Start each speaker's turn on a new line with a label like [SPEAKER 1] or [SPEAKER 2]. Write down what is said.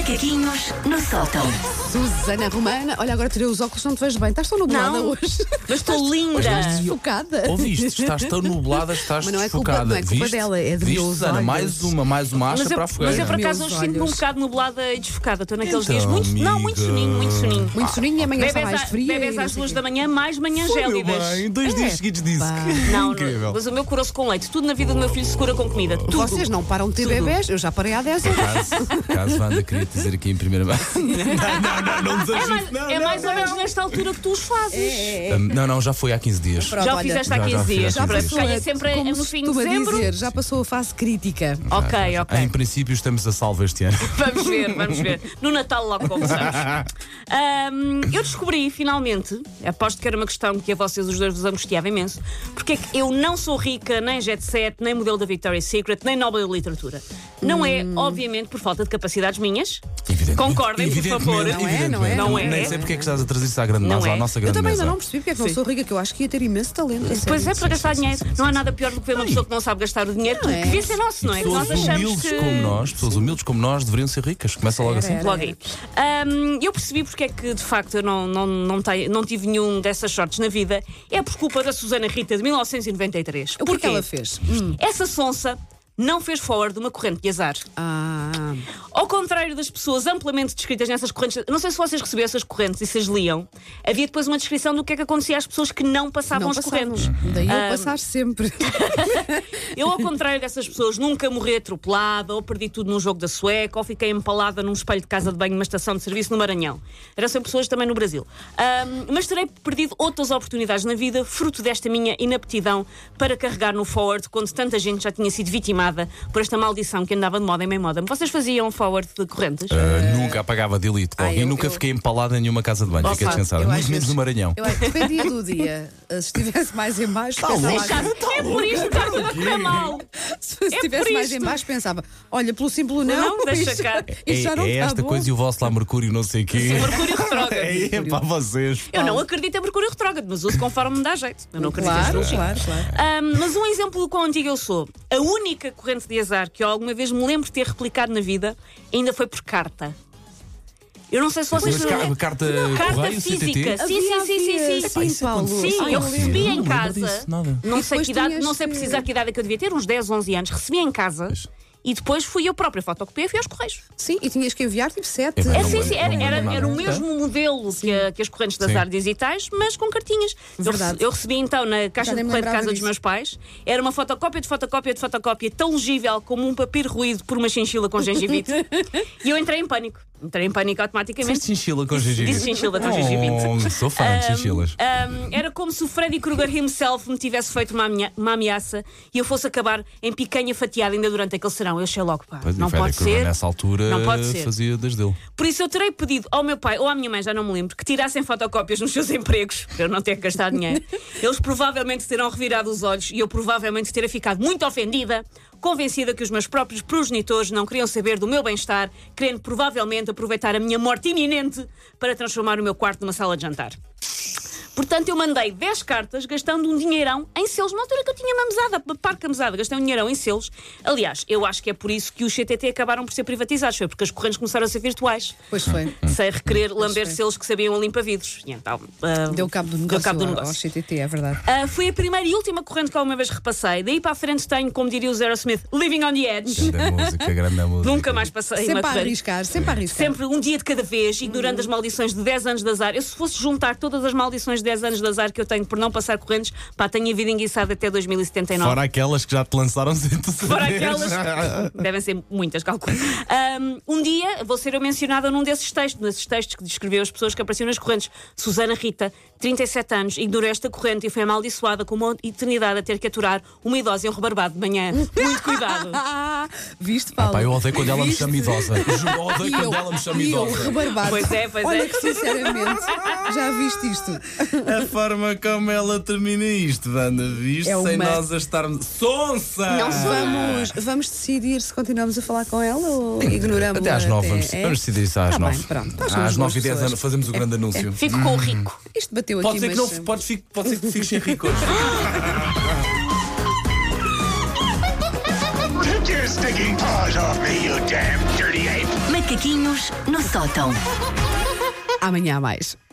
[SPEAKER 1] Macaquinhos no sótão.
[SPEAKER 2] Susana Romana, olha, agora tirei os óculos, não te vejo bem. Estás tão nublada
[SPEAKER 1] Não.
[SPEAKER 2] hoje.
[SPEAKER 1] Mas estou linda.
[SPEAKER 2] Estás desfocada.
[SPEAKER 3] Ouviste, estás tão nublada, estás
[SPEAKER 2] Mas não é culpa-
[SPEAKER 3] desfocada.
[SPEAKER 2] não é culpa
[SPEAKER 3] Viste?
[SPEAKER 2] dela, é de
[SPEAKER 3] Viste,
[SPEAKER 2] meus
[SPEAKER 3] Susana,
[SPEAKER 2] olhos.
[SPEAKER 3] mais uma, mais uma acha
[SPEAKER 1] Mas eu,
[SPEAKER 3] para a fogueira.
[SPEAKER 1] mas eu por acaso
[SPEAKER 2] Meus
[SPEAKER 1] hoje sinto-me um
[SPEAKER 2] olhos.
[SPEAKER 1] bocado nublada e desfocada. Estou naqueles
[SPEAKER 3] Então,
[SPEAKER 1] dias muito. Não, muito
[SPEAKER 3] amiga.
[SPEAKER 1] soninho, muito soninho.
[SPEAKER 2] Muito soninho e amanhã está
[SPEAKER 1] Bebes,
[SPEAKER 2] tá mais
[SPEAKER 1] a-
[SPEAKER 2] fria. e
[SPEAKER 1] bebes
[SPEAKER 2] não
[SPEAKER 1] às
[SPEAKER 2] sei
[SPEAKER 1] duas
[SPEAKER 2] o
[SPEAKER 1] da manhã, mais manhãs gélidas.
[SPEAKER 3] dois
[SPEAKER 2] dias seguidos
[SPEAKER 3] disse.
[SPEAKER 2] É. Pá.
[SPEAKER 1] Não, não, mas o meu curou-se com leite. Tudo na vida do meu filho se cura com comida.
[SPEAKER 2] quê.
[SPEAKER 1] Tudo.
[SPEAKER 2] Vocês não param de ter
[SPEAKER 1] Tudo.
[SPEAKER 2] bebés, eu já parei há 10 anos.
[SPEAKER 3] Caso, caso Wanda queria dizer aqui em primeira mão. Não, não, não, não
[SPEAKER 1] é
[SPEAKER 3] desiste.
[SPEAKER 1] mais, é mais ou menos nesta altura que tu os fazes.
[SPEAKER 3] Hum, Não, não, já foi há 15 dias.
[SPEAKER 2] Pronto,
[SPEAKER 1] Já
[SPEAKER 2] olha,
[SPEAKER 1] fizeste há
[SPEAKER 3] Já, já
[SPEAKER 1] 15
[SPEAKER 3] fiz há
[SPEAKER 1] dias.
[SPEAKER 3] 15
[SPEAKER 1] Pronto,
[SPEAKER 3] dias.
[SPEAKER 1] Calha sempre
[SPEAKER 2] como
[SPEAKER 1] é no
[SPEAKER 2] se
[SPEAKER 1] fim de
[SPEAKER 2] costuma
[SPEAKER 1] dezembro.
[SPEAKER 2] dizer, já passou a fase crítica.
[SPEAKER 1] Ok,
[SPEAKER 3] Em
[SPEAKER 1] ok.
[SPEAKER 3] princípio estamos a salvo este ano.
[SPEAKER 1] Vamos ver, vamos ver. No Natal logo começamos. Ahm, eu descobri, finalmente, aposto que era uma questão que a vocês os dois vos angustiava imenso, porque é que eu não sou rica, nem jet set, nem modelo da Victoria's Secret, nem Nobel de Literatura. Não é,
[SPEAKER 3] Hum.
[SPEAKER 1] obviamente, por falta de capacidades minhas.
[SPEAKER 3] Evidentemente.
[SPEAKER 1] Concordem, por
[SPEAKER 3] Evidentemente,
[SPEAKER 1] favor.
[SPEAKER 2] Não é, não é,
[SPEAKER 3] evidentemente.
[SPEAKER 1] não é.
[SPEAKER 3] Nem sei porque é que estás a trazer isso à grande
[SPEAKER 1] Não
[SPEAKER 3] mesa, à
[SPEAKER 1] é.
[SPEAKER 3] nossa
[SPEAKER 2] Eu
[SPEAKER 3] grande
[SPEAKER 2] também
[SPEAKER 3] mesa.
[SPEAKER 2] ainda não percebi porque é que não
[SPEAKER 1] Sim.
[SPEAKER 2] sou rica, que eu acho que ia ter imenso talento. a
[SPEAKER 1] Pois
[SPEAKER 2] sério.
[SPEAKER 1] é, para gastar
[SPEAKER 3] sim,
[SPEAKER 1] dinheiro.
[SPEAKER 3] sim, sim,
[SPEAKER 1] Não há
[SPEAKER 3] sim,
[SPEAKER 1] nada pior do que ver uma
[SPEAKER 3] Ai.
[SPEAKER 1] pessoa que não sabe gastar o dinheiro,
[SPEAKER 2] Não
[SPEAKER 1] que
[SPEAKER 2] é?
[SPEAKER 1] devia ser nosso, não é? Que nós
[SPEAKER 3] Pessoas
[SPEAKER 1] achamos
[SPEAKER 3] humildes
[SPEAKER 1] que.
[SPEAKER 3] como nós, pessoas humildes como nós, deveriam ser ricas. Começa logo assim.
[SPEAKER 2] Era,
[SPEAKER 1] Logo aí. Ahm, eu percebi porque é que de facto eu não, não, não, te- não tive nenhum dessas sortes na vida. É por culpa da Susana Rita de 1993.
[SPEAKER 2] O que é que ela fez? Hum.
[SPEAKER 1] Essa sonsa não fez forward de uma corrente de azar.
[SPEAKER 2] Ah,
[SPEAKER 1] Ao contrário das pessoas amplamente descritas nessas correntes, não sei se vocês receberam essas correntes e se as liam, havia depois uma descrição do que é que acontecia às pessoas que não passavam
[SPEAKER 2] não
[SPEAKER 1] as
[SPEAKER 2] passaram.
[SPEAKER 1] correntes. Ah.
[SPEAKER 2] Daí eu passar sempre.
[SPEAKER 1] Eu, ao contrário dessas pessoas, nunca morri atropelada, ou perdi tudo num jogo da sueca, ou fiquei empalada num espelho de casa de banho numa estação de serviço no Maranhão. Eram sempre pessoas também no Brasil. Ahm, mas terei perdido outras oportunidades na vida, fruto desta minha inaptidão para carregar no forward, quando tanta gente já tinha sido vitimada por esta maldição que andava de moda em meio moda. Vocês faziam forward de correntes?
[SPEAKER 3] Ah, nunca apagava delete logo.
[SPEAKER 2] Ai,
[SPEAKER 3] e
[SPEAKER 2] eu-
[SPEAKER 3] nunca
[SPEAKER 2] eu-
[SPEAKER 3] fiquei empalada em nenhuma casa de banho.
[SPEAKER 1] Ah, Opa,
[SPEAKER 3] Fiquei descansada.
[SPEAKER 2] eu
[SPEAKER 3] Muito
[SPEAKER 2] às
[SPEAKER 3] menos
[SPEAKER 2] vezes-
[SPEAKER 3] no Maranhão.
[SPEAKER 2] Eu acho que dependia do dia. Se estivesse mais em baixo, pensava-
[SPEAKER 1] É chato. É por isto que está tudo a correr mal.
[SPEAKER 2] Se estivesse
[SPEAKER 1] É por
[SPEAKER 2] mais
[SPEAKER 1] isto.
[SPEAKER 2] em baixo, pensava, olha, pelo simples não,
[SPEAKER 1] Não, deixa
[SPEAKER 2] isto-
[SPEAKER 1] cá.
[SPEAKER 2] isto
[SPEAKER 3] É,
[SPEAKER 2] já não
[SPEAKER 3] é
[SPEAKER 1] tá
[SPEAKER 2] está
[SPEAKER 3] esta
[SPEAKER 2] bom.
[SPEAKER 3] coisa e o vosso lá Mercúrio não sei o quê.
[SPEAKER 1] Sim, é Mercúrio retrógrado.
[SPEAKER 3] É, é para vocês.
[SPEAKER 1] Eu não acredito em Mercúrio retrógrado, mas uso conforme me dá jeito. Eu não acredito em
[SPEAKER 2] Claro,
[SPEAKER 1] astrologia.
[SPEAKER 2] claro, claro.
[SPEAKER 1] Ahm, mas um exemplo do quão antiga eu sou. A única corrente de azar que eu alguma vez me lembro de ter replicado na vida ainda foi por carta. Eu não sei se vocês.
[SPEAKER 3] Mas ca- carta,
[SPEAKER 1] Carta
[SPEAKER 3] correio,
[SPEAKER 1] física.
[SPEAKER 3] CTT.
[SPEAKER 1] Sim, sim, sim, sim, sim.
[SPEAKER 2] Havia,
[SPEAKER 1] sim.
[SPEAKER 2] havia. Sim, Paulo.
[SPEAKER 1] Sim,
[SPEAKER 2] Ai,
[SPEAKER 1] eu
[SPEAKER 2] lembro.
[SPEAKER 1] recebi
[SPEAKER 3] eu não
[SPEAKER 1] em
[SPEAKER 3] lembro
[SPEAKER 1] casa.
[SPEAKER 3] disso, nada.
[SPEAKER 1] Não
[SPEAKER 2] E
[SPEAKER 1] sei
[SPEAKER 2] depois
[SPEAKER 1] que idade,
[SPEAKER 2] tinhas
[SPEAKER 1] não sei
[SPEAKER 2] que-
[SPEAKER 1] precisar que idade é que eu devia ter, uns 10, 11 anos. Recebi em casa e depois fui eu própria fotocopia e fui aos correios.
[SPEAKER 2] Sim, e tinhas que enviar tipo sete.
[SPEAKER 3] É
[SPEAKER 1] É,
[SPEAKER 3] verdade. Não
[SPEAKER 1] sim,
[SPEAKER 3] lembro,
[SPEAKER 1] sim, era,
[SPEAKER 3] não lembro
[SPEAKER 1] era-
[SPEAKER 3] nada.
[SPEAKER 1] era o
[SPEAKER 2] Tá.
[SPEAKER 1] mesmo modelo que, a- que as correntes de azar
[SPEAKER 3] Sim.
[SPEAKER 1] digitais, mas com cartinhas. Eu,
[SPEAKER 2] Verdade.
[SPEAKER 1] rece- eu recebi então na
[SPEAKER 2] Já
[SPEAKER 1] caixa de
[SPEAKER 2] nem me
[SPEAKER 1] correio de
[SPEAKER 2] lembrava
[SPEAKER 1] casa dos
[SPEAKER 2] disso.
[SPEAKER 1] meus pais. Era uma fotocópia de fotocópia de fotocópia tão legível como um papiro ruído por uma chinchila com gengivite. e eu entrei em pânico. Entrei em pânico automaticamente.
[SPEAKER 3] Disse chinchila com gengivite.
[SPEAKER 1] Disse chinchila com gengivite.
[SPEAKER 3] Oh, Sou fã de
[SPEAKER 1] Ahm,
[SPEAKER 3] chinchilas.
[SPEAKER 1] ahm, era como se o Freddy Krueger himself me tivesse feito uma, amea- uma ameaça e eu fosse acabar em picanha fatiada ainda durante aquele serão. Eu achei logo, pá,
[SPEAKER 3] Pois, e
[SPEAKER 1] não
[SPEAKER 3] Freddy
[SPEAKER 1] pode
[SPEAKER 3] Krueger,
[SPEAKER 1] ser.
[SPEAKER 3] Nessa altura
[SPEAKER 1] não pode ser.
[SPEAKER 3] fazia das dele.
[SPEAKER 1] Por isso eu terei pedido ao meu pai ou à minha mãe, já não me lembro, que tirassem fotocópias nos seus empregos para eu não ter que gastar dinheiro. Eles provavelmente terão revirado os olhos e eu provavelmente terei ficado muito ofendida, convencida que os meus próprios progenitores não queriam saber do meu bem-estar, querendo provavelmente aproveitar a minha morte iminente para transformar o meu quarto numa sala de jantar. Portanto, eu mandei 10 cartas gastando um dinheirão em selos. Na altura que eu tinha uma mesada, uma parca mesada, gastei um dinheirão em selos. Aliás, eu acho que é por isso que os CTT acabaram por ser privatizados. Foi porque as correntes começaram a ser virtuais.
[SPEAKER 2] Pois foi.
[SPEAKER 1] Sem requerer lamber
[SPEAKER 2] Hum. foi.
[SPEAKER 1] selos que sabiam a limpa-vidros. E Então, ah,
[SPEAKER 2] Deu cabo do negócio.
[SPEAKER 1] Deu cabo do
[SPEAKER 2] ao-
[SPEAKER 1] negócio.
[SPEAKER 2] Ao CTT, é verdade.
[SPEAKER 1] Ah, foi a primeira e última corrente que alguma vez repassei. Daí para a frente tenho, como diria o Zero Smith, Living on the Edge.
[SPEAKER 3] Grande música, grande música.
[SPEAKER 1] Nunca mais passei uma
[SPEAKER 2] Sempre a
[SPEAKER 1] corrente.
[SPEAKER 2] arriscar, sempre a arriscar.
[SPEAKER 1] Sempre um dia de cada vez, ignorando as maldições de 10 anos de azar. Eu, se fosse juntar todas as maldições de 10 anos de azar que eu tenho por não passar correntes, pá, tenho a vida enguiçada até 2079.
[SPEAKER 3] Fora aquelas que já te lançaram sem tu saberes.
[SPEAKER 1] Fora aquelas. Devem ser muitas, calculo. Ahm, Um, dia vou ser eu mencionada num desses textos, nesses textos que descreveu as pessoas que apareciam nas correntes. Susana Rita, 37 anos, ignorou esta corrente e foi amaldiçoada com uma eternidade a ter que aturar uma idosa em um rebarbado de manhã. Muito cuidado.
[SPEAKER 2] Ah, viste, Paulo?
[SPEAKER 3] Pá, eu odeio quando ela me
[SPEAKER 2] Viste?
[SPEAKER 3] chama idosa. Juro,
[SPEAKER 2] E
[SPEAKER 3] odeio
[SPEAKER 2] eu,
[SPEAKER 3] quando ela me chama
[SPEAKER 2] e eu
[SPEAKER 3] idosa.
[SPEAKER 2] rebarbado.
[SPEAKER 1] Pois é, pois
[SPEAKER 2] Olha
[SPEAKER 1] é.
[SPEAKER 2] que sinceramente, já viste isto?
[SPEAKER 3] A forma como ela termina isto, Wanda, viste?
[SPEAKER 2] É
[SPEAKER 3] Sem
[SPEAKER 2] uma-
[SPEAKER 3] nós a estarmos. Sonsa!
[SPEAKER 1] Não sou-
[SPEAKER 2] Vamos, vamos decidir se continuamos a falar com ela ou ignoramos
[SPEAKER 3] Até às nove, vamos, vamos decidir isso às
[SPEAKER 2] Tá
[SPEAKER 3] nove.
[SPEAKER 2] bem, pronto. Nós somos É,
[SPEAKER 3] às nove
[SPEAKER 2] duas
[SPEAKER 3] e dez
[SPEAKER 2] pessoas.
[SPEAKER 3] anos fazemos o grande anúncio.
[SPEAKER 1] Fico com o rico.
[SPEAKER 2] Isto bateu
[SPEAKER 3] Pode
[SPEAKER 2] aqui,
[SPEAKER 3] ser, que
[SPEAKER 2] mas...
[SPEAKER 3] não, pode, fi- pode ser que fiques sem rico hoje.
[SPEAKER 4] Take your stinking paws off me, you damn dirty ape!
[SPEAKER 5] Macaquinhos
[SPEAKER 6] Macaquinhos
[SPEAKER 5] no sótão.
[SPEAKER 2] eh,
[SPEAKER 6] Amanhã há mais.